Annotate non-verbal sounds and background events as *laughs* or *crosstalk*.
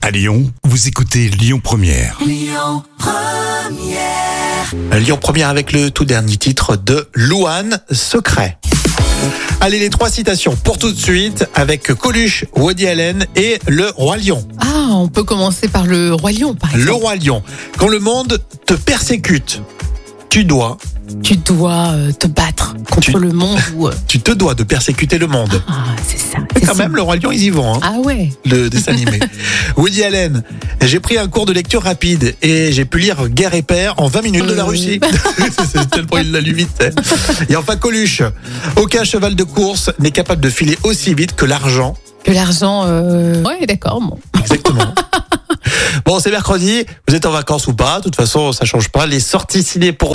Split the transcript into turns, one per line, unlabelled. À Lyon, vous écoutez Lyon Première.
Lyon Première avec le tout dernier titre de Louane Secret. Allez, les trois citations pour tout de suite avec Coluche, Woody Allen et Le Roi Lion.
Ah, on peut commencer par le roi lion, par
Le
exemple.
Roi Lion. Quand le monde te persécute, tu dois,
Tu dois euh, te battre contre
Tu-
le monde ou. euh,
tu te dois de persécuter le monde.
Ah, c'est ça.
Et
c'est
quand
ça.
même, Le Roi Lion, ils y vont. hein,
Ah ouais.
Le dessin animé. Woody Allen, j'ai pris un cours de lecture rapide et j'ai pu lire Guerre et Père en 20 minutes de la
Euh.
Russie. *laughs* C'est tellement il l'a lu vite. hein. Et enfin Coluche, aucun cheval de course n'est capable de filer aussi vite que l'argent
Que l'argent. euh, Ouais, d'accord. bon.
Exactement. bon, c'est mercredi. Vous êtes en vacances ou pas De toute façon, ça change pas. Les sorties ciné pour